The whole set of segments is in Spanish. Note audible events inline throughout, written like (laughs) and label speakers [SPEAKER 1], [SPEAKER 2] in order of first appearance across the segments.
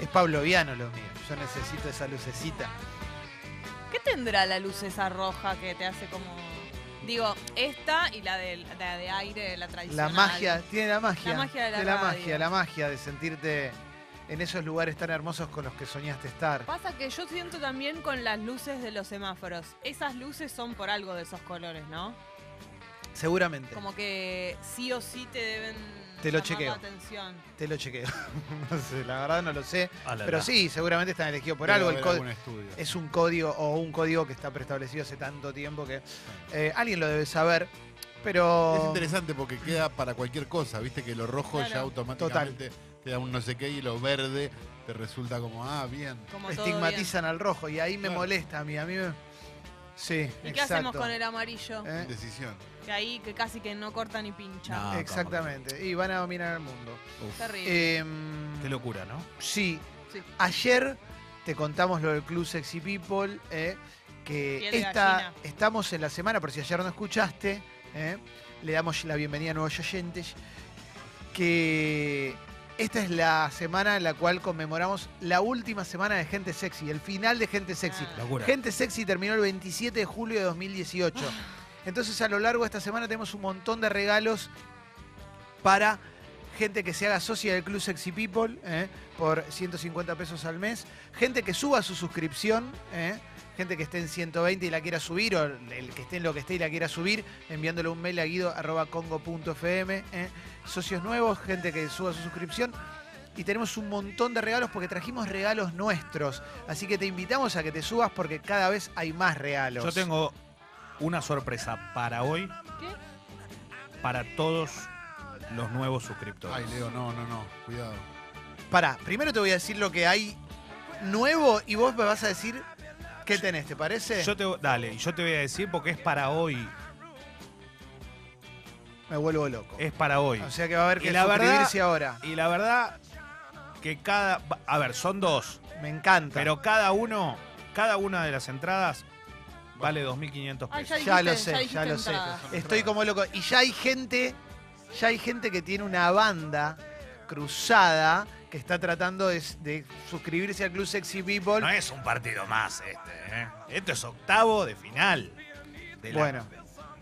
[SPEAKER 1] es pavloviano lo mío. Yo necesito esa lucecita.
[SPEAKER 2] ¿Qué tendrá la luz esa roja que te hace como. Digo, esta y la de, la de aire, la
[SPEAKER 1] La
[SPEAKER 2] tradicional.
[SPEAKER 1] magia, tiene la magia.
[SPEAKER 2] La magia de la
[SPEAKER 1] la
[SPEAKER 2] radio.
[SPEAKER 1] magia, la magia de sentirte en esos lugares tan hermosos con los que soñaste estar.
[SPEAKER 2] Pasa que yo siento también con las luces de los semáforos. Esas luces son por algo de esos colores, ¿no?
[SPEAKER 1] Seguramente.
[SPEAKER 2] Como que sí o sí te deben
[SPEAKER 1] Te lo
[SPEAKER 2] llamar
[SPEAKER 1] chequeo.
[SPEAKER 2] la atención.
[SPEAKER 1] Te lo chequeo. (laughs) no sé, la verdad no lo sé.
[SPEAKER 3] A la
[SPEAKER 1] Pero
[SPEAKER 3] edad.
[SPEAKER 1] sí, seguramente están elegidos por
[SPEAKER 3] Debe
[SPEAKER 1] algo. El
[SPEAKER 3] haber
[SPEAKER 1] co-
[SPEAKER 3] algún estudio.
[SPEAKER 1] es un código o un código que está preestablecido hace tanto tiempo que eh, alguien lo debe saber.
[SPEAKER 3] Es
[SPEAKER 1] Pero
[SPEAKER 3] interesante porque queda para cualquier cosa, viste que lo rojo ya
[SPEAKER 2] Claro.
[SPEAKER 3] automáticamente te da un no sé qué y lo verde te resulta como, ah, bien.
[SPEAKER 2] Como todo bien.
[SPEAKER 1] estigmatizan al rojo y ahí me
[SPEAKER 3] Claro.
[SPEAKER 1] molesta a mí. A mí me... Sí,
[SPEAKER 2] ¿Y qué
[SPEAKER 1] exacto.
[SPEAKER 2] hacemos con el amarillo?
[SPEAKER 1] ¿Eh?
[SPEAKER 3] Decisión.
[SPEAKER 2] Que ahí que casi que no corta ni pincha.
[SPEAKER 4] No. Ah,
[SPEAKER 1] Exactamente. Y van a dominar el mundo.
[SPEAKER 2] Terrible.
[SPEAKER 1] Em,
[SPEAKER 4] Qué locura, ¿no?
[SPEAKER 1] Sí.
[SPEAKER 2] Sí.
[SPEAKER 1] Ayer te contamos lo del Club Sexy People, eh, que
[SPEAKER 2] Piel de
[SPEAKER 1] esta,
[SPEAKER 2] gallina.
[SPEAKER 1] estamos en la semana, por si ayer no escuchaste, eh, le damos la bienvenida a nuevos oyentes, que esta es la semana en la cual conmemoramos la última semana de Gente Sexy, el final de Gente Sexy.
[SPEAKER 2] Ah.
[SPEAKER 4] Locura.
[SPEAKER 1] Gente Sexy terminó el 27 de julio de 2018. Entonces a lo largo de esta semana tenemos un montón de regalos para gente que se haga socia del Club Sexy People ¿eh? por 150 pesos al mes, gente que suba su suscripción, ¿eh? gente que esté en 120 y la quiera subir, o el que esté en lo que esté y la quiera subir, enviándole un mail a guido.congo.fm, ¿eh? socios nuevos, gente que suba su suscripción. Y tenemos un montón de regalos porque trajimos regalos nuestros. Así que te invitamos a que te subas porque cada vez hay más regalos.
[SPEAKER 4] Yo tengo una sorpresa para hoy,
[SPEAKER 2] ¿Qué?
[SPEAKER 4] para todos los nuevos suscriptores.
[SPEAKER 3] Ay, Leo, no, no, no, cuidado.
[SPEAKER 1] Pará, primero te voy a decir lo que hay nuevo y vos me vas a decir qué tenés, ¿te parece?
[SPEAKER 4] Yo te, dale, y yo te voy a decir porque es para hoy.
[SPEAKER 1] me vuelvo loco.
[SPEAKER 4] Es para hoy.
[SPEAKER 1] O sea que va a haber
[SPEAKER 4] Y
[SPEAKER 1] que
[SPEAKER 4] la verdad-
[SPEAKER 1] suscribirse ahora.
[SPEAKER 4] Y la verdad que cada. A ver, son dos,
[SPEAKER 1] Me encanta.
[SPEAKER 4] pero cada uno, cada una de las entradas vale 2.500
[SPEAKER 2] Ay,
[SPEAKER 4] pesos.
[SPEAKER 1] ya lo
[SPEAKER 2] dijiste,
[SPEAKER 1] sé,
[SPEAKER 2] dijiste
[SPEAKER 1] ya lo sé.
[SPEAKER 2] entrada.
[SPEAKER 1] Estoy como loco. Y ya hay gente, ya hay gente que tiene una banda cruzada que está tratando de, de suscribirse al Club Sexy People.
[SPEAKER 4] No es un partido más este, ¿eh? Esto es octavo de final. de la-
[SPEAKER 1] Bueno.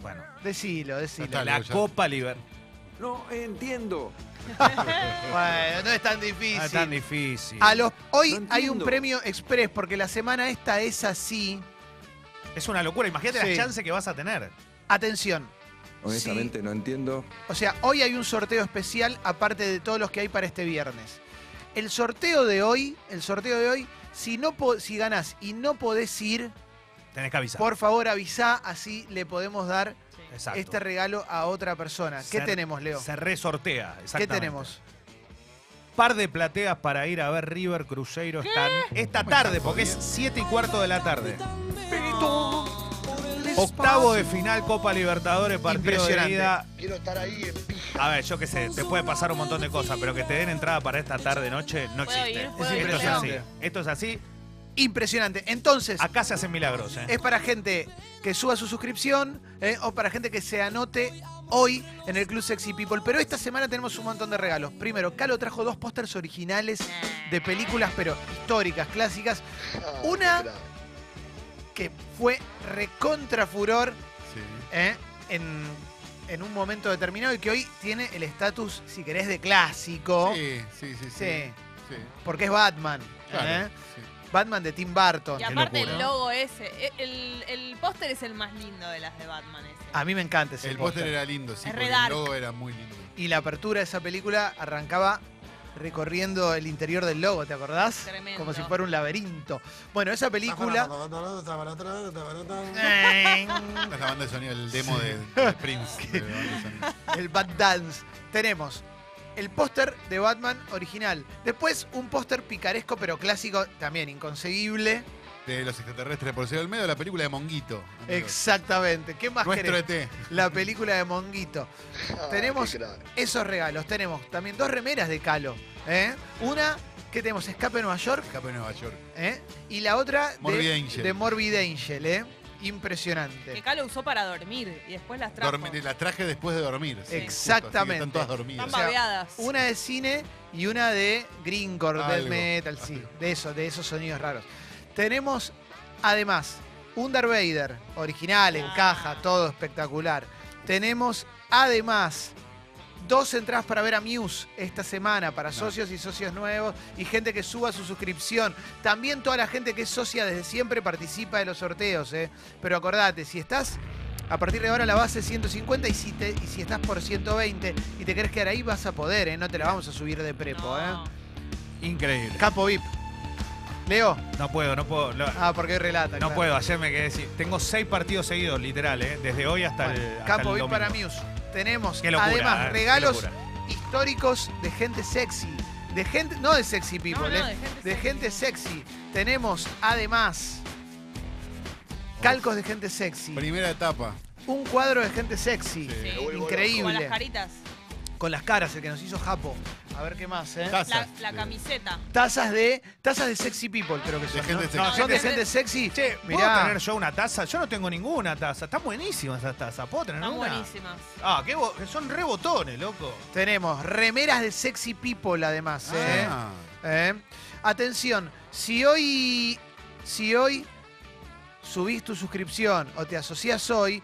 [SPEAKER 4] Bueno,
[SPEAKER 1] Decilo, decilo.
[SPEAKER 3] Dale,
[SPEAKER 4] la
[SPEAKER 3] ya.
[SPEAKER 4] Copa Liber.
[SPEAKER 5] No entiendo.
[SPEAKER 1] Bueno, no es tan
[SPEAKER 4] No
[SPEAKER 1] difícil.
[SPEAKER 4] es Ah, tan difícil.
[SPEAKER 1] A los, hoy
[SPEAKER 5] No
[SPEAKER 1] hay un
[SPEAKER 5] entiendo.
[SPEAKER 1] premio express porque la semana esta es así.
[SPEAKER 4] Es una locura. Imagínate
[SPEAKER 1] Sí.
[SPEAKER 4] las chances que vas a tener.
[SPEAKER 1] Atención,
[SPEAKER 5] Honestamente no entiendo.
[SPEAKER 1] O sea, hoy hay un sorteo especial aparte de todos los que hay para este viernes. El sorteo de hoy, el sorteo de hoy, si no po- si ganás y no podés ir,
[SPEAKER 4] Tenés que avisar.
[SPEAKER 1] por favor avisa, así le podemos dar
[SPEAKER 2] Sí.
[SPEAKER 4] Exacto.
[SPEAKER 1] este regalo a otra persona. ¿Qué
[SPEAKER 4] Se-
[SPEAKER 1] tenemos, Leo?
[SPEAKER 4] Se resortea.
[SPEAKER 1] ¿Qué
[SPEAKER 4] exactamente.
[SPEAKER 1] tenemos?
[SPEAKER 4] Par de plateas para ir a ver River Cruzeiro esta, esta tarde, porque es 7 y cuarto de la tarde. Octavo de final Copa Libertadores, partido de
[SPEAKER 1] Impresionante.
[SPEAKER 4] ida. A ver, yo qué sé, te puede pasar un montón de cosas, pero que te den entrada para esta tarde noche no
[SPEAKER 2] ¿Puedo
[SPEAKER 4] existe.
[SPEAKER 2] ir? ¿Puedo
[SPEAKER 1] ir,
[SPEAKER 4] Esto es
[SPEAKER 1] Leo?
[SPEAKER 4] así. Esto es así.
[SPEAKER 1] Impresionante. Entonces,
[SPEAKER 4] Acá se hacen milagros, ¿eh?
[SPEAKER 1] es para gente que suba su suscripción eh, o para gente que se anote hoy en el Club Sexy People. Pero esta semana tenemos un montón de regalos. Primero, Calo trajo dos pósters originales Eh, de películas, pero históricas, clásicas. Una que fue recontra furor
[SPEAKER 3] Sí.
[SPEAKER 1] eh, en, en un momento determinado y que hoy tiene el estatus, si querés, de clásico.
[SPEAKER 3] Sí, sí, sí, sí.
[SPEAKER 1] Sí,
[SPEAKER 3] Sí,
[SPEAKER 1] porque es Batman.
[SPEAKER 3] claro,
[SPEAKER 1] eh.
[SPEAKER 3] sí.
[SPEAKER 1] Batman de Tim Burton.
[SPEAKER 2] Y aparte el
[SPEAKER 4] locura.
[SPEAKER 2] logo ese. e- El, el póster es el más lindo de las de Batman ese.
[SPEAKER 1] A mí me encanta ese
[SPEAKER 3] El
[SPEAKER 1] póster.
[SPEAKER 3] póster era lindo, sí,
[SPEAKER 2] Es re
[SPEAKER 3] porque el
[SPEAKER 2] dark.
[SPEAKER 3] logo era muy lindo.
[SPEAKER 1] Y la apertura de esa película arrancaba recorriendo el interior del logo, ¿te acordás?
[SPEAKER 2] Tremendo.
[SPEAKER 1] Como si fuera un laberinto. Bueno, esa película.
[SPEAKER 3] Esta es la banda de sonido, el demo de, de Prince. de la banda de sonido.
[SPEAKER 1] el Bad Dance. Tenemos el póster de Batman original. Después un póster picaresco pero clásico, también inconseguible.
[SPEAKER 3] De los extraterrestres por el medio, la película de Monguito. amigos.
[SPEAKER 1] Exactamente. ¿Qué más
[SPEAKER 3] Nuestro E
[SPEAKER 1] querés?
[SPEAKER 3] ET.
[SPEAKER 1] La película de Monguito. Tenemos esos regalos. Tenemos también dos remeras de Calo. ¿eh? Una que tenemos Escape a Nueva York.
[SPEAKER 3] Escape de Nueva York.
[SPEAKER 1] ¿eh? Y la otra de
[SPEAKER 3] Morbid Angel.
[SPEAKER 1] de Morbid Angel, ¿eh? impresionante.
[SPEAKER 2] Que Calo usó para dormir y después las trajo.
[SPEAKER 3] Dormir, y la traje después de dormir. sí, justo, así que
[SPEAKER 1] Exactamente.
[SPEAKER 3] Están todas dormidas.
[SPEAKER 2] Están
[SPEAKER 1] O sea,
[SPEAKER 2] babeadas.
[SPEAKER 1] Una de cine y una de Greencore, death
[SPEAKER 3] Algo.
[SPEAKER 1] metal, sí. De eso, de esos sonidos raros. Tenemos, además, un Darth Vader, original, en
[SPEAKER 2] Ah.
[SPEAKER 1] caja, todo espectacular. Tenemos, además, dos entradas para ver a Muse esta semana, para
[SPEAKER 3] No.
[SPEAKER 1] socios y socios nuevos y gente que suba su suscripción. También toda la gente que es socia desde siempre participa de los sorteos, ¿eh? Pero acordate, si estás a partir de ahora la base es 150 y si, te- y si estás por 120 y te querés quedar ahí vas a poder, ¿eh? No te la vamos a subir de prepo,
[SPEAKER 2] No.
[SPEAKER 1] ¿eh?
[SPEAKER 4] Increíble.
[SPEAKER 1] Capo VIP. Leo.
[SPEAKER 4] No puedo, no puedo. lo-
[SPEAKER 1] Ah, porque hoy relata.
[SPEAKER 4] no
[SPEAKER 1] claro.
[SPEAKER 4] puedo, ayer me quedé sin- Tengo seis partidos seguidos, literal, ¿eh? Desde hoy hasta
[SPEAKER 1] Bueno,
[SPEAKER 4] el. hasta el
[SPEAKER 1] Capo VIP
[SPEAKER 4] domingo.
[SPEAKER 1] para Muse. Tenemos,
[SPEAKER 4] Qué locura, ¿eh?
[SPEAKER 1] además,
[SPEAKER 4] Qué
[SPEAKER 1] regalos
[SPEAKER 4] locura.
[SPEAKER 1] históricos de gente sexy. De gente, no de sexy
[SPEAKER 2] No,
[SPEAKER 1] people,
[SPEAKER 2] no,
[SPEAKER 1] ¿eh?
[SPEAKER 2] de gente
[SPEAKER 1] de gente
[SPEAKER 2] sexy.
[SPEAKER 1] sexy. Tenemos además calcos de gente sexy.
[SPEAKER 3] Primera etapa.
[SPEAKER 1] Un cuadro de gente sexy.
[SPEAKER 3] Sí.
[SPEAKER 2] Sí.
[SPEAKER 1] Increíble.
[SPEAKER 2] Como las caritas.
[SPEAKER 1] Con las caras, el que nos hizo Japo. A ver qué más, ¿eh?
[SPEAKER 3] Tazas.
[SPEAKER 2] La, la
[SPEAKER 3] de-
[SPEAKER 2] camiseta.
[SPEAKER 1] Tazas de. Tazas de sexy people, creo que
[SPEAKER 3] De
[SPEAKER 1] son. ¿no?
[SPEAKER 3] gente Ah,
[SPEAKER 4] No,
[SPEAKER 3] sexy.
[SPEAKER 1] ¿Son de
[SPEAKER 2] gente-
[SPEAKER 1] gente sexy?
[SPEAKER 4] Che, ¿puedo
[SPEAKER 1] mirá.
[SPEAKER 4] tener yo una taza? Yo no tengo ninguna taza. Están buenísimas esas tazas. ¿Puedo tener
[SPEAKER 2] Están
[SPEAKER 4] una?
[SPEAKER 2] buenísimas.
[SPEAKER 4] Ah, qué bo- son rebotones, loco.
[SPEAKER 1] Tenemos remeras de sexy people, además, ¿eh?
[SPEAKER 3] Ah,
[SPEAKER 1] ¿Eh? Atención, si hoy, si hoy subís tu suscripción o te asociás hoy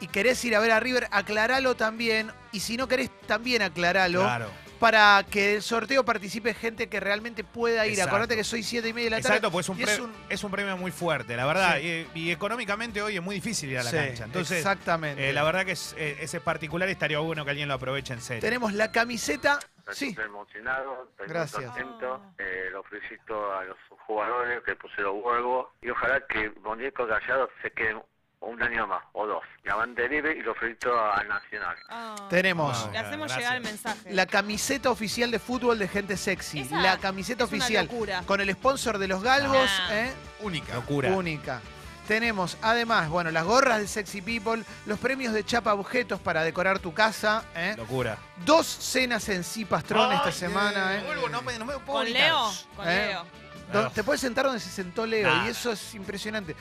[SPEAKER 1] y querés ir a ver a River, aclaralo también. Y si no querés, también aclaralo
[SPEAKER 4] Claro.
[SPEAKER 1] para que el sorteo participe gente que realmente pueda ir.
[SPEAKER 4] Exacto.
[SPEAKER 1] Acordate que soy 7 y media de la tarde.
[SPEAKER 4] Exacto, pues es un,
[SPEAKER 1] y
[SPEAKER 4] pre- es un... premio muy fuerte, la verdad. Y, y económicamente hoy es muy difícil ir a la
[SPEAKER 1] Sí,
[SPEAKER 4] cancha. Entonces,
[SPEAKER 1] exactamente.
[SPEAKER 4] eh, la verdad que es- eh, ese particular estaría bueno que alguien lo aproveche en serio.
[SPEAKER 1] Tenemos la camiseta. Sí,
[SPEAKER 6] Estoy emocionado, estoy muy
[SPEAKER 1] Gracias.
[SPEAKER 6] contento.
[SPEAKER 2] Ah.
[SPEAKER 6] Eh, lo felicito a los jugadores que pusieron huevo y ojalá que Muñeco Gallardo se quede un año más o dos. Y avante libre y lo felicito a Nacional.
[SPEAKER 2] Ah.
[SPEAKER 1] tenemos.
[SPEAKER 4] Ah,
[SPEAKER 2] Le hacemos
[SPEAKER 4] Gracias.
[SPEAKER 2] llegar el mensaje.
[SPEAKER 1] La camiseta oficial de fútbol de gente sexy.
[SPEAKER 2] Esa
[SPEAKER 1] la camiseta
[SPEAKER 2] es una
[SPEAKER 1] oficial.
[SPEAKER 2] locura.
[SPEAKER 1] Con el sponsor de los galgos.
[SPEAKER 2] Ah.
[SPEAKER 1] ¿eh?
[SPEAKER 3] única.
[SPEAKER 4] Locura.
[SPEAKER 1] única. Tenemos además, bueno, las gorras de Sexy People, los premios de chapa objetos para decorar tu casa, ¿eh?
[SPEAKER 4] Locura.
[SPEAKER 1] dos cenas en sí pastrón esta
[SPEAKER 4] Ay,
[SPEAKER 1] semana.
[SPEAKER 4] eh,
[SPEAKER 1] ¿eh?
[SPEAKER 4] vuelvo, no me- no me puedo
[SPEAKER 2] Con
[SPEAKER 4] gritar.
[SPEAKER 2] Leo. Con
[SPEAKER 1] ¿Eh?
[SPEAKER 2] Leo.
[SPEAKER 1] Do-
[SPEAKER 4] Ah.
[SPEAKER 1] Te puedes sentar donde se sentó Leo
[SPEAKER 4] Nah.
[SPEAKER 1] y eso es impresionante.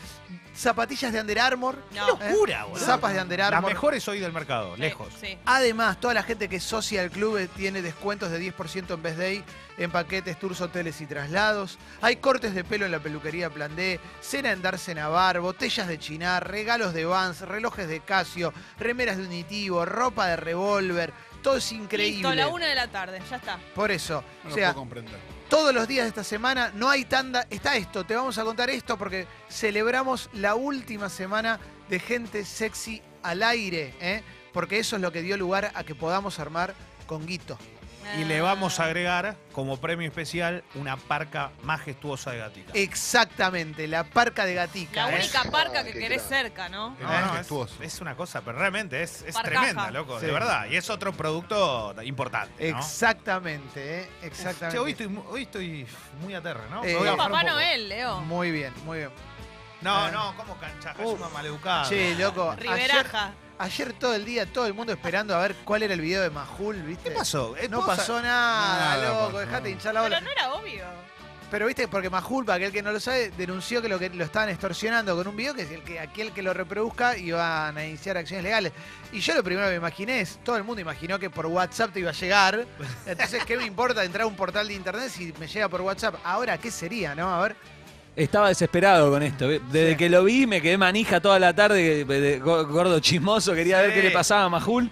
[SPEAKER 1] Zapatillas de Under Armour,
[SPEAKER 2] No.
[SPEAKER 1] ¿eh?
[SPEAKER 4] Locura, boludo.
[SPEAKER 1] zapas de Under
[SPEAKER 4] Las
[SPEAKER 1] Armour.
[SPEAKER 4] mejores hoy del mercado,
[SPEAKER 2] Sí,
[SPEAKER 4] lejos.
[SPEAKER 2] Sí.
[SPEAKER 1] Eh, Además, toda la gente que es socia del club eh, tiene descuentos de 10% en Best Day, en paquetes, tours, hoteles y traslados. Hay cortes de pelo en la peluquería Plan D, cena en Darcenabar, botellas de Chinar, regalos de Vans, relojes de Casio, remeras de Unitivo, ropa de revólver. Todo es
[SPEAKER 2] Listo, la
[SPEAKER 1] increíble.
[SPEAKER 2] una de la tarde, ya está.
[SPEAKER 1] Por eso,
[SPEAKER 3] No
[SPEAKER 1] o
[SPEAKER 3] lo
[SPEAKER 1] sea,
[SPEAKER 3] puedo comprender.
[SPEAKER 1] todos los días de esta semana no hay tanda. Está esto, te vamos a contar esto porque celebramos la última semana de gente sexy al aire, ¿eh? porque eso es lo que dio lugar a que podamos armar con Guito.
[SPEAKER 4] Y le vamos a agregar como premio especial una parca majestuosa de Eh, gatita.
[SPEAKER 1] Eh, Exactamente, la parca de
[SPEAKER 2] La
[SPEAKER 1] gatica. ¿eh?
[SPEAKER 2] única parca
[SPEAKER 5] Ah,
[SPEAKER 2] que
[SPEAKER 5] qué
[SPEAKER 2] querés
[SPEAKER 5] crack.
[SPEAKER 2] cerca, ¿no?
[SPEAKER 3] Eh,
[SPEAKER 4] es,
[SPEAKER 3] majestuoso.
[SPEAKER 4] es una cosa, pero realmente es, es
[SPEAKER 2] Parcaja.
[SPEAKER 4] tremenda, loco,
[SPEAKER 1] Sí.
[SPEAKER 4] de verdad. Y es otro producto importante. ¿no?
[SPEAKER 1] Exactamente, ¿eh? exactamente.
[SPEAKER 4] Che, hoy estoy, mu- hoy estoy muy aterre, ¿no?
[SPEAKER 1] Eh,
[SPEAKER 4] Me voy
[SPEAKER 1] Voy
[SPEAKER 2] Sos
[SPEAKER 4] a bajar un
[SPEAKER 2] Papá
[SPEAKER 4] poco.
[SPEAKER 2] Noel, Leo.
[SPEAKER 1] Muy bien, muy bien.
[SPEAKER 4] No,
[SPEAKER 1] Eh.
[SPEAKER 4] no, ¿cómo cancha? Es
[SPEAKER 1] Uh.
[SPEAKER 4] una maleducada.
[SPEAKER 1] Che, loco, ayer,
[SPEAKER 2] Riveraja.
[SPEAKER 1] ayer todo el día, todo el mundo esperando a ver cuál era el video de Majul, ¿viste?
[SPEAKER 4] ¿Qué pasó? Eh,
[SPEAKER 1] No
[SPEAKER 4] ¿puedo sa-
[SPEAKER 1] pasó nada,
[SPEAKER 3] Nada
[SPEAKER 1] loco,
[SPEAKER 3] pasó.
[SPEAKER 1] dejate de hinchar la bola.
[SPEAKER 2] Pero no era obvio.
[SPEAKER 1] Pero viste, porque Majul, para aquel que no lo sabe, denunció que lo, que lo estaban extorsionando con un video que, es el que aquel que lo reproduzca iban a iniciar acciones legales. Y yo lo primero que me imaginé es, todo el mundo imaginó que por WhatsApp te iba a llegar. Entonces, ¿qué me importa entrar a un portal de internet si me llega por WhatsApp? Ahora, ¿qué sería, no? A ver.
[SPEAKER 7] Estaba desesperado con esto. Desde
[SPEAKER 1] Sí.
[SPEAKER 7] que lo vi, me quedé manija toda la tarde, de- de- gordo chismoso, quería
[SPEAKER 4] Sí.
[SPEAKER 7] ver qué le pasaba a Majul.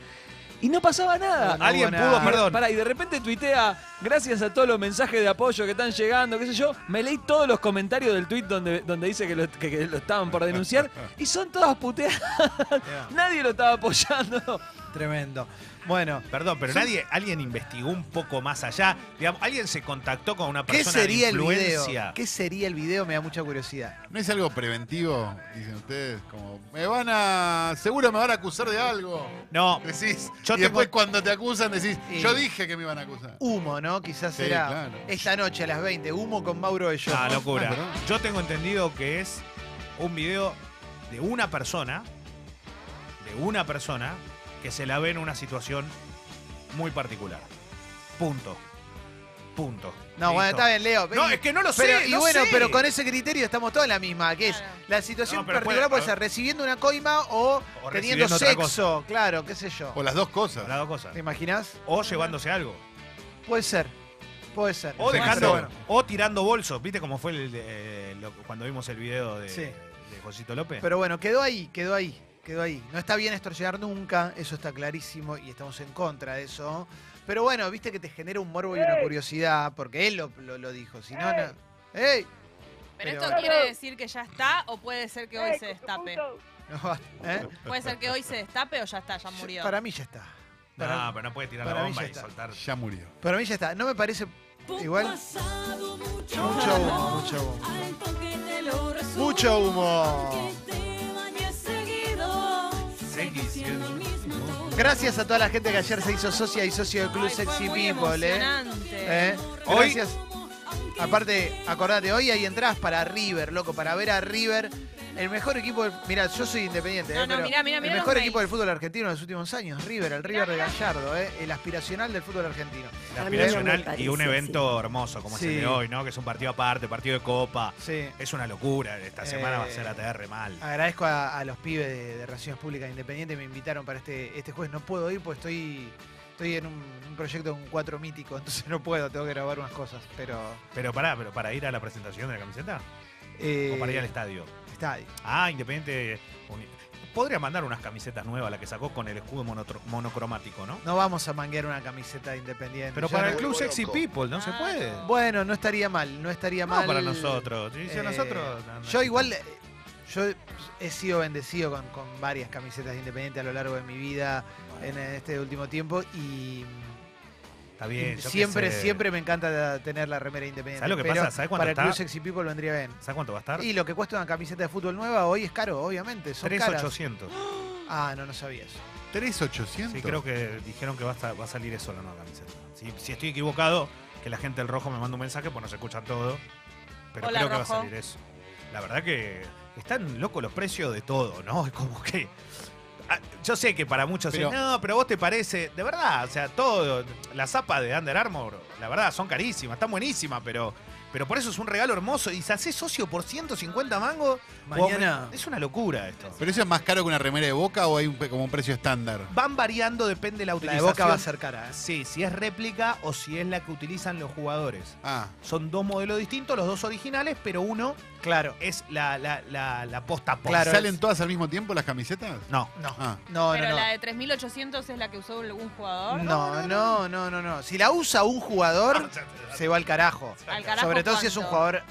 [SPEAKER 7] Y no pasaba nada. Ah,
[SPEAKER 1] No, no
[SPEAKER 4] Alguien
[SPEAKER 1] hubo
[SPEAKER 4] pudo,
[SPEAKER 1] nada.
[SPEAKER 4] perdón.
[SPEAKER 7] Pará, y de repente tuitea, gracias a todos los mensajes de apoyo que están llegando, qué sé yo, me leí todos los comentarios del tuit donde, donde dice que lo, que- que lo estaban por denunciar y son todas puteadas. (laughs) Nadie lo estaba apoyando.
[SPEAKER 1] Tremendo. Bueno,
[SPEAKER 4] Perdón, pero
[SPEAKER 1] Sí.
[SPEAKER 4] nadie, alguien investigó un poco más allá. Digamos, alguien se contactó con una
[SPEAKER 1] ¿qué
[SPEAKER 4] persona
[SPEAKER 1] sería
[SPEAKER 4] de
[SPEAKER 1] el video?
[SPEAKER 4] influencia.
[SPEAKER 1] ¿Qué sería el video? Me da mucha curiosidad.
[SPEAKER 3] ¿No es algo preventivo? Dicen ustedes, como, me van a. Seguro me van a acusar de algo.
[SPEAKER 4] No,
[SPEAKER 3] Decís.
[SPEAKER 4] Yo
[SPEAKER 3] y después
[SPEAKER 4] tengo-
[SPEAKER 3] cuando te acusan decís,
[SPEAKER 1] Y-
[SPEAKER 3] yo dije que me iban a acusar.
[SPEAKER 1] Humo, ¿no? Quizás
[SPEAKER 3] Sí,
[SPEAKER 1] será
[SPEAKER 3] claro.
[SPEAKER 1] esta noche a las 20. Humo con Mauro Bello.
[SPEAKER 4] Ah, locura.
[SPEAKER 3] Ah, perdón.
[SPEAKER 4] Yo tengo entendido que es un video de una persona, de una persona, que se la ve en una situación muy particular. Punto. Punto.
[SPEAKER 1] No, bueno,
[SPEAKER 4] Listo.
[SPEAKER 1] está bien, Leo.
[SPEAKER 4] No, es que no lo (laughs) sé.
[SPEAKER 1] Pero- y
[SPEAKER 4] no
[SPEAKER 1] bueno,
[SPEAKER 4] sé.
[SPEAKER 1] pero con ese criterio estamos todos en la misma, que es
[SPEAKER 2] Claro.
[SPEAKER 1] la situación
[SPEAKER 4] No, pero
[SPEAKER 1] particular
[SPEAKER 4] puede-
[SPEAKER 1] puede ser recibiendo una coima o,
[SPEAKER 4] O
[SPEAKER 1] teniendo
[SPEAKER 4] recibiendo otra
[SPEAKER 1] sexo, claro, qué sé yo.
[SPEAKER 3] O las dos cosas.
[SPEAKER 4] Las dos cosas.
[SPEAKER 1] ¿Te imaginas?
[SPEAKER 4] O llevándose algo.
[SPEAKER 1] Puede ser, puede ser.
[SPEAKER 4] O
[SPEAKER 1] Puede
[SPEAKER 4] dejando.
[SPEAKER 1] ser.
[SPEAKER 4] O tirando bolsos. ¿Viste cómo fue el de- eh, lo- cuando vimos el video de,
[SPEAKER 1] Sí.
[SPEAKER 4] de Josito López?
[SPEAKER 1] Pero bueno, quedó ahí, quedó ahí, quedó ahí. No está bien extorsionar nunca, eso está clarísimo y estamos en contra de eso. Pero bueno, viste que te genera un morbo y una curiosidad, porque él lo, lo- lo dijo. Si no, no. ¡Ey!
[SPEAKER 2] Pero
[SPEAKER 1] Pero
[SPEAKER 2] esto
[SPEAKER 1] bueno.
[SPEAKER 2] quiere decir que ya está o puede ser que hoy se destape.
[SPEAKER 1] No, (laughs) basta, ¿eh?
[SPEAKER 2] Puede ser que hoy se destape o ya está, ya murió.
[SPEAKER 1] Para mí ya está.
[SPEAKER 4] no,
[SPEAKER 1] Para,
[SPEAKER 4] pero no puede tirar
[SPEAKER 1] para
[SPEAKER 4] la
[SPEAKER 1] mí
[SPEAKER 4] bomba
[SPEAKER 1] ya
[SPEAKER 4] y
[SPEAKER 1] está.
[SPEAKER 4] soltar.
[SPEAKER 3] Ya murió.
[SPEAKER 1] para mí ya está. No me parece igual. Mucho humo, mucho humo. Mucho humo. Gracias a toda la gente que ayer se hizo socia y socio del Club
[SPEAKER 2] Ay,
[SPEAKER 1] Sexy
[SPEAKER 2] fue muy
[SPEAKER 1] People, ¿eh?
[SPEAKER 2] emocionante.
[SPEAKER 1] ¿Eh?
[SPEAKER 4] Hoy-
[SPEAKER 1] Gracias. Aparte, acordate, hoy ahí entras para River, loco, para ver a River. El mejor equipo del. Mirá, yo soy independiente.
[SPEAKER 2] No,
[SPEAKER 1] eh,
[SPEAKER 2] no,
[SPEAKER 1] pero
[SPEAKER 2] mirá, mirá, mirá
[SPEAKER 1] El
[SPEAKER 2] los
[SPEAKER 1] mejor
[SPEAKER 2] mails.
[SPEAKER 1] equipo del fútbol argentino en los últimos años, River, el River de Gallardo, eh, el aspiracional del fútbol argentino.
[SPEAKER 4] La
[SPEAKER 8] A mí no me
[SPEAKER 4] aspiracional y
[SPEAKER 8] parece
[SPEAKER 4] un
[SPEAKER 8] así.
[SPEAKER 4] evento hermoso como es
[SPEAKER 1] Sí.
[SPEAKER 4] el de hoy, ¿no? Que es un partido aparte, partido de copa.
[SPEAKER 1] Sí.
[SPEAKER 4] Es una locura. Esta semana va a ser
[SPEAKER 1] Eh,
[SPEAKER 4] ATR mal.
[SPEAKER 1] Agradezco a, a los pibes de, de Relaciones Públicas Independientes, me invitaron para este, este jueves. No puedo ir porque estoy, estoy en un, un proyecto con cuatro míticos, (laughs) entonces no puedo, tengo que grabar unas cosas. Pero.
[SPEAKER 4] Pero pará, pero para ir a la presentación de la camiseta
[SPEAKER 1] eh,
[SPEAKER 4] o para ir al estadio.
[SPEAKER 1] estadio.
[SPEAKER 4] Ah, Independiente. Uni- Podría mandar unas camisetas nuevas, la que sacó con el escudo monotro- monocromático, ¿no?
[SPEAKER 1] No vamos a manguear una camiseta de independiente.
[SPEAKER 4] Pero
[SPEAKER 1] Yo
[SPEAKER 4] para
[SPEAKER 1] no-
[SPEAKER 4] el Club
[SPEAKER 6] vuelvo
[SPEAKER 4] Sexy
[SPEAKER 6] loco.
[SPEAKER 4] People no se
[SPEAKER 2] Ah,
[SPEAKER 4] puede.
[SPEAKER 2] no.
[SPEAKER 1] Bueno, no estaría mal, no estaría
[SPEAKER 4] No
[SPEAKER 1] mal.
[SPEAKER 4] para nosotros. Si a
[SPEAKER 1] Eh,
[SPEAKER 4] nosotros. no, no
[SPEAKER 1] yo
[SPEAKER 4] es-
[SPEAKER 1] igual, eh, yo he sido bendecido con, con varias camisetas de independiente a lo largo de mi vida en este último tiempo y
[SPEAKER 4] Está bien. yo qué
[SPEAKER 1] siempre,
[SPEAKER 4] sé.
[SPEAKER 1] siempre me encanta tener la remera de independiente.
[SPEAKER 4] ¿Sabes lo que
[SPEAKER 1] pero
[SPEAKER 4] pasa? ¿Sabes cuánto
[SPEAKER 1] Para el
[SPEAKER 4] está?
[SPEAKER 1] Club Sexy People vendría bien.
[SPEAKER 4] ¿Sabes cuánto va a estar?
[SPEAKER 1] Y lo que cuesta una camiseta de fútbol nueva hoy es caro, obviamente. Son caras.
[SPEAKER 4] 3,800.
[SPEAKER 1] Ah, no, no sabía eso.
[SPEAKER 3] 3,800.
[SPEAKER 4] Sí, creo que dijeron que va a, estar- va a salir eso la nueva camiseta. Si, si estoy equivocado, que la gente del rojo me manda un mensaje, pues nos escucha todo. Pero
[SPEAKER 2] Hola,
[SPEAKER 4] creo que
[SPEAKER 2] Rojo.
[SPEAKER 4] va a salir eso. La verdad que están locos los precios de todo, ¿no? (laughs) Es como que. Ah, Yo sé que para muchos
[SPEAKER 3] Pero-
[SPEAKER 4] dicen, no, pero vos te parece, de verdad, o sea, todo, las zapas de Under Armour, la verdad, son carísimas, están buenísimas, pero, pero por eso es un regalo hermoso. Y se hace socio por 150 mangos,
[SPEAKER 1] Mañana-
[SPEAKER 4] vos- es una locura esto.
[SPEAKER 3] ¿Pero eso es más caro que una remera de boca o hay un, pe- como un precio estándar?
[SPEAKER 4] Van variando, depende de la
[SPEAKER 1] La de
[SPEAKER 4] utilización.
[SPEAKER 1] Boca va a ser cara. ¿eh?
[SPEAKER 4] Sí, si es réplica o si es la que utilizan los jugadores.
[SPEAKER 3] Ah,
[SPEAKER 4] Son dos modelos distintos, los dos originales, pero uno
[SPEAKER 1] Claro.
[SPEAKER 4] es la, la, la, la posta posta.
[SPEAKER 1] Claro,
[SPEAKER 3] ¿salen
[SPEAKER 1] es-
[SPEAKER 3] todas al mismo tiempo las camisetas?
[SPEAKER 4] No.
[SPEAKER 1] No.
[SPEAKER 3] Ah.
[SPEAKER 1] No, no,
[SPEAKER 2] Pero
[SPEAKER 1] no.
[SPEAKER 2] la de 3800 es la que usó algún jugador.
[SPEAKER 1] No, no, no, no, no. Si la usa un
[SPEAKER 4] Ah,
[SPEAKER 1] jugador, se va al carajo.
[SPEAKER 2] Al carajo,
[SPEAKER 1] Sobre todo si es un
[SPEAKER 2] ¿cuánto?
[SPEAKER 1] jugador.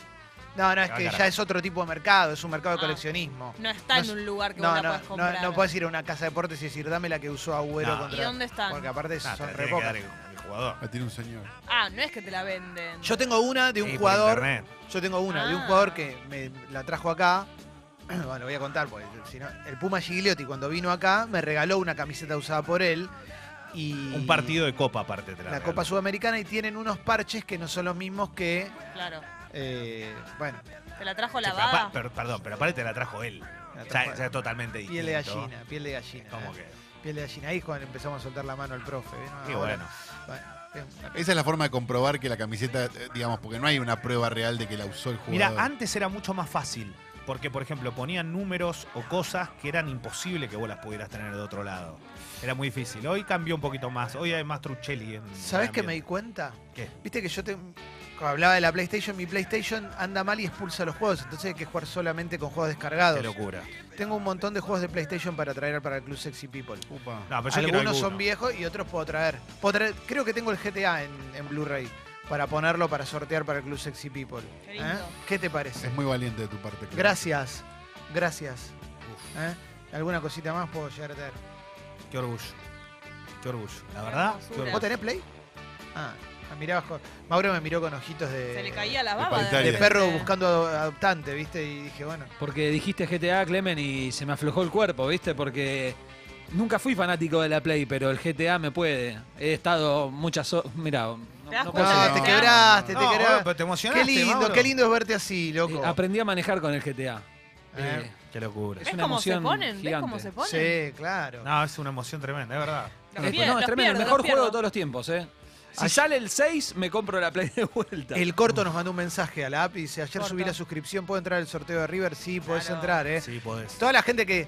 [SPEAKER 1] No, no, es
[SPEAKER 4] Se va
[SPEAKER 1] que
[SPEAKER 4] al carajo.
[SPEAKER 1] ya es otro tipo de mercado, es un mercado de
[SPEAKER 2] Ah.
[SPEAKER 1] coleccionismo.
[SPEAKER 2] No está
[SPEAKER 1] No
[SPEAKER 2] en
[SPEAKER 1] es-
[SPEAKER 2] un lugar que
[SPEAKER 1] No,
[SPEAKER 2] vos la
[SPEAKER 1] no,
[SPEAKER 2] puedas
[SPEAKER 1] no,
[SPEAKER 2] comprar.
[SPEAKER 1] no puedes ir a una casa de deportes y decir, dame la que usó Agüero
[SPEAKER 4] No.
[SPEAKER 1] contra.
[SPEAKER 2] ¿Y dónde están?
[SPEAKER 1] Porque aparte
[SPEAKER 4] Ah, te
[SPEAKER 1] son re
[SPEAKER 4] la tiene que dar
[SPEAKER 1] pocas.
[SPEAKER 4] el, el jugador.
[SPEAKER 3] Ah, tiene un señor.
[SPEAKER 2] Ah, no es que te la venden.
[SPEAKER 1] Yo tengo una de un
[SPEAKER 4] Sí, por
[SPEAKER 1] jugador.
[SPEAKER 4] internet.
[SPEAKER 1] Yo tengo una de un
[SPEAKER 2] Ah.
[SPEAKER 1] jugador que me la trajo acá. (clears throat) Bueno, voy a contar, porque si no. El Puma Gigliotti, cuando vino acá, me regaló una camiseta usada por él. Y
[SPEAKER 4] Un partido de copa aparte. Te la,
[SPEAKER 1] La
[SPEAKER 4] regalo.
[SPEAKER 1] Copa Sudamericana y tienen unos parches que no son los mismos que.
[SPEAKER 2] Claro.
[SPEAKER 1] eh, bueno,
[SPEAKER 2] Te la trajo
[SPEAKER 4] Sí, pero apa-
[SPEAKER 2] lavada.
[SPEAKER 4] pero- perdón, pero aparte te la trajo él.
[SPEAKER 1] La
[SPEAKER 4] O sea,
[SPEAKER 1] trajo
[SPEAKER 4] o sea,
[SPEAKER 1] él.
[SPEAKER 4] es totalmente distinto.
[SPEAKER 1] piel de gallina, piel de gallina.
[SPEAKER 4] Como
[SPEAKER 1] eh,
[SPEAKER 4] que.
[SPEAKER 1] Piel de gallina. Ahí, Juan, empezamos a soltar la mano al profe. ¿eh? No,
[SPEAKER 4] Y
[SPEAKER 1] ahora-
[SPEAKER 4] Ah,
[SPEAKER 1] eh,
[SPEAKER 4] bueno.
[SPEAKER 1] bueno, bien.
[SPEAKER 3] Esa es la forma de comprobar que la camiseta, eh, digamos, porque no hay una prueba real de que la usó el
[SPEAKER 4] Mira,
[SPEAKER 3] jugador.
[SPEAKER 4] antes era mucho más fácil. Porque, por ejemplo, ponían números o cosas que eran imposible que vos las pudieras tener de otro lado. Era muy difícil. Hoy cambió un poquito más. Hoy hay más Truchelli. En
[SPEAKER 1] ¿Sabés
[SPEAKER 4] el
[SPEAKER 1] qué me di
[SPEAKER 4] ambiente.
[SPEAKER 1] cuenta?
[SPEAKER 4] ¿Qué?
[SPEAKER 1] Viste que yo te. Cuando hablaba de la PlayStation, mi PlayStation anda mal y expulsa los juegos, entonces hay que jugar solamente con juegos
[SPEAKER 4] Qué
[SPEAKER 1] descargados.
[SPEAKER 4] locura.
[SPEAKER 1] Tengo un montón de juegos de PlayStation para traer para el Club Sexy People.
[SPEAKER 3] Upa.
[SPEAKER 4] No, pero yo quiero
[SPEAKER 1] Algunos son
[SPEAKER 4] alguno.
[SPEAKER 1] viejos y otros puedo traer. Puedo traer- creo que tengo el GTA en, en Blu-ray para ponerlo para sortear para el Club Sexy People.
[SPEAKER 2] Qué lindo.
[SPEAKER 1] ¿Eh? ¿Qué te parece?
[SPEAKER 3] Es muy valiente de tu parte. Clara.
[SPEAKER 1] Gracias, gracias. ¿Eh? ¿Alguna cosita más puedo llegar a traer?
[SPEAKER 4] Qué orgullo. Qué orgullo. La
[SPEAKER 2] Qué
[SPEAKER 4] verdad.
[SPEAKER 2] hermosura.
[SPEAKER 4] qué orgullo.
[SPEAKER 1] ¿Vos tenés play? Ah, me mirabas con- Mauro me miró con ojitos de,
[SPEAKER 2] Se le caía la baba.
[SPEAKER 3] paritaria.
[SPEAKER 1] de
[SPEAKER 2] repente.
[SPEAKER 1] perro buscando ado- adoptante, ¿viste? Y dije, bueno.
[SPEAKER 7] Porque dijiste GTA, Clemen, y se me aflojó el cuerpo, ¿viste? Porque nunca fui fanático de la Play, pero el GTA me puede. He estado muchas horas. Mirá, no,
[SPEAKER 2] ¿Te das
[SPEAKER 7] no puedo
[SPEAKER 1] No,
[SPEAKER 7] ser-
[SPEAKER 1] te
[SPEAKER 2] no.
[SPEAKER 1] quebraste,
[SPEAKER 4] No,
[SPEAKER 1] te
[SPEAKER 4] boludo,
[SPEAKER 1] quebraste.
[SPEAKER 4] pero te emocionaste.
[SPEAKER 1] Qué lindo,
[SPEAKER 4] Mauro.
[SPEAKER 1] qué lindo es verte así, loco.
[SPEAKER 7] Eh, aprendí a manejar con el GTA.
[SPEAKER 1] Eh,
[SPEAKER 7] Eh,
[SPEAKER 4] Qué locura.
[SPEAKER 7] Es
[SPEAKER 2] ¿Ves
[SPEAKER 7] una
[SPEAKER 2] cómo se
[SPEAKER 7] emoción
[SPEAKER 2] ponen? ¿Ves
[SPEAKER 7] gigante.
[SPEAKER 2] cómo se ponen?
[SPEAKER 1] sí, claro.
[SPEAKER 4] No, es una emoción tremenda, es verdad.
[SPEAKER 2] Los
[SPEAKER 7] es-
[SPEAKER 2] pier-
[SPEAKER 7] no,
[SPEAKER 2] los
[SPEAKER 7] es tremendo.
[SPEAKER 2] pierdo,
[SPEAKER 7] el mejor
[SPEAKER 2] los
[SPEAKER 7] juego de
[SPEAKER 2] pierdo.
[SPEAKER 7] todos los tiempos, ¿eh? Si sale el 6, me compro la play de vuelta.
[SPEAKER 1] El corto nos mandó un mensaje a la app y dice, ayer
[SPEAKER 2] Corto.
[SPEAKER 1] subí la suscripción, ¿puedo entrar al sorteo de River? Sí, podés
[SPEAKER 2] Claro.
[SPEAKER 1] entrar, ¿eh?
[SPEAKER 4] Sí, podés.
[SPEAKER 1] Toda la gente que...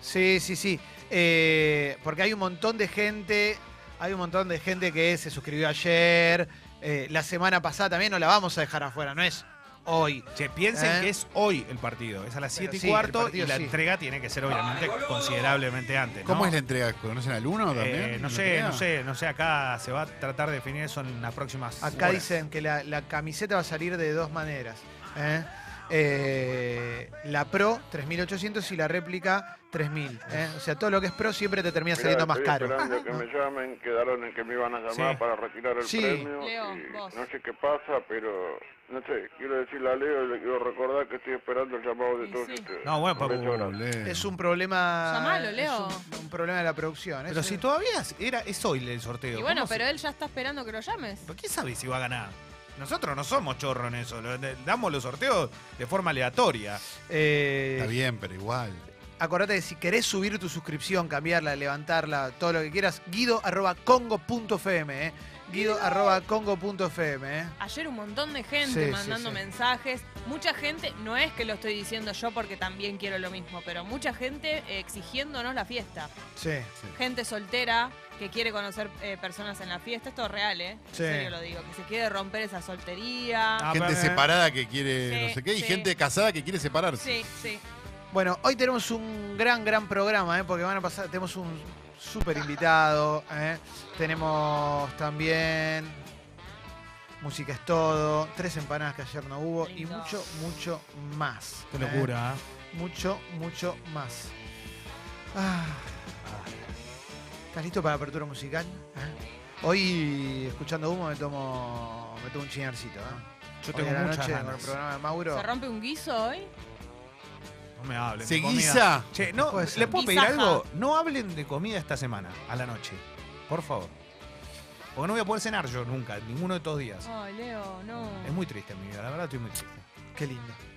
[SPEAKER 1] Sí, sí, sí. Eh, porque hay un montón de gente, hay un montón de gente que se suscribió ayer, eh, la semana pasada también, no la vamos a dejar afuera, no es hoy.
[SPEAKER 4] Che, piensen
[SPEAKER 1] ¿Eh?
[SPEAKER 4] que es hoy el partido. Es a las 7 y
[SPEAKER 1] sí, el
[SPEAKER 4] cuarto
[SPEAKER 1] partido
[SPEAKER 4] y la
[SPEAKER 1] sí.
[SPEAKER 4] entrega tiene que ser obviamente considerablemente antes. ¿no?
[SPEAKER 3] ¿Cómo es la entrega? ¿Conocen al uno también?
[SPEAKER 4] Eh, no
[SPEAKER 3] ¿La
[SPEAKER 4] sé,
[SPEAKER 3] entrega?
[SPEAKER 4] no sé, no sé. Acá se va a tratar de definir eso en las próximas.
[SPEAKER 1] Acá
[SPEAKER 4] horas.
[SPEAKER 1] dicen que la, la camiseta va a salir de dos maneras. ¿eh? Eh, la Pro 3800 y la réplica 3000. ¿eh? O sea, todo lo que es Pro siempre te termina
[SPEAKER 8] Mirá,
[SPEAKER 1] saliendo más
[SPEAKER 8] estoy
[SPEAKER 1] caro.
[SPEAKER 8] esperando que me llamen, quedaron en que me iban a llamar
[SPEAKER 4] Sí.
[SPEAKER 8] para retirar el
[SPEAKER 1] Sí.
[SPEAKER 8] premio.
[SPEAKER 2] Leo,
[SPEAKER 8] y
[SPEAKER 2] vos.
[SPEAKER 8] No sé qué pasa, pero no sé, quiero decirle a Leo y le quiero recordar que estoy esperando el llamado de
[SPEAKER 2] Y
[SPEAKER 8] todos
[SPEAKER 2] sí.
[SPEAKER 8] ustedes.
[SPEAKER 4] No, bueno,
[SPEAKER 8] Un beso
[SPEAKER 4] Papu.
[SPEAKER 8] grande.
[SPEAKER 3] Olé.
[SPEAKER 1] Es un problema.
[SPEAKER 2] Llamalo,
[SPEAKER 1] es
[SPEAKER 2] Leo.
[SPEAKER 1] un, un problema de la producción. ¿eh?
[SPEAKER 4] Pero
[SPEAKER 1] Es
[SPEAKER 4] si
[SPEAKER 1] un-
[SPEAKER 4] todavía es- era, es hoy el sorteo.
[SPEAKER 2] Y bueno,
[SPEAKER 4] ¿cómo se-
[SPEAKER 2] pero él ya está esperando que lo llames.
[SPEAKER 1] Pues-
[SPEAKER 4] ¿Pero Pues, ¿Quién sabe si va a ganar? Nosotros no somos chorros en eso. lo- le- Damos los sorteos de forma aleatoria.
[SPEAKER 1] Eh,
[SPEAKER 3] Está bien, pero igual.
[SPEAKER 1] Acordate de si querés subir tu suscripción, cambiarla, levantarla, todo lo que quieras, guido arroba congo.fm. ¿eh? Guido arroba congo.fm. ¿eh?
[SPEAKER 2] Ayer un montón de gente
[SPEAKER 1] Sí,
[SPEAKER 2] mandando
[SPEAKER 1] sí, sí.
[SPEAKER 2] mensajes. Mucha gente, no es que lo estoy diciendo yo porque también quiero lo mismo, pero mucha gente eh, exigiéndonos la fiesta.
[SPEAKER 1] Sí.
[SPEAKER 2] Gente soltera que quiere conocer eh, personas en la fiesta. Esto es real, ¿eh? En
[SPEAKER 1] Sí.
[SPEAKER 2] serio lo digo. Que se quiere romper esa soltería.
[SPEAKER 4] Ah,
[SPEAKER 3] gente
[SPEAKER 4] pero-
[SPEAKER 1] eh.
[SPEAKER 3] separada que quiere
[SPEAKER 2] Sí,
[SPEAKER 3] no sé qué y
[SPEAKER 2] sí.
[SPEAKER 3] gente casada que quiere separarse.
[SPEAKER 2] Sí, sí.
[SPEAKER 1] Bueno, hoy tenemos un gran, gran programa, ¿eh? porque van a pasar, tenemos un súper invitado, ¿eh? tenemos también Música es todo, tres empanadas que ayer no hubo y
[SPEAKER 2] Lindo.
[SPEAKER 1] mucho, mucho más.
[SPEAKER 4] Qué
[SPEAKER 1] ¿eh?
[SPEAKER 4] locura.
[SPEAKER 1] Mucho, mucho más. Ah. ¿Estás listo para la apertura musical? ¿Eh? Hoy, escuchando humo, me tomo, me tomo un chinarcito. ¿eh?
[SPEAKER 4] Yo
[SPEAKER 1] Hoy
[SPEAKER 4] tengo
[SPEAKER 1] a la
[SPEAKER 4] muchas
[SPEAKER 1] noche, con el
[SPEAKER 4] ganas.
[SPEAKER 1] programa de Mauro.
[SPEAKER 2] ¿Se rompe un guiso hoy?
[SPEAKER 4] No me hablen.
[SPEAKER 3] ¿Se
[SPEAKER 4] de comida.
[SPEAKER 3] guisa?
[SPEAKER 4] Che, no,
[SPEAKER 1] Puede ser.
[SPEAKER 4] ¿le puedo pedir
[SPEAKER 2] Guisaja.
[SPEAKER 4] algo? No hablen de comida esta semana, a la noche. Por favor. Porque no voy a poder cenar yo nunca, ninguno de estos días.
[SPEAKER 2] Ay, Leo, no.
[SPEAKER 4] Es muy triste, mi vida. La verdad, estoy muy triste.
[SPEAKER 1] Qué lindo.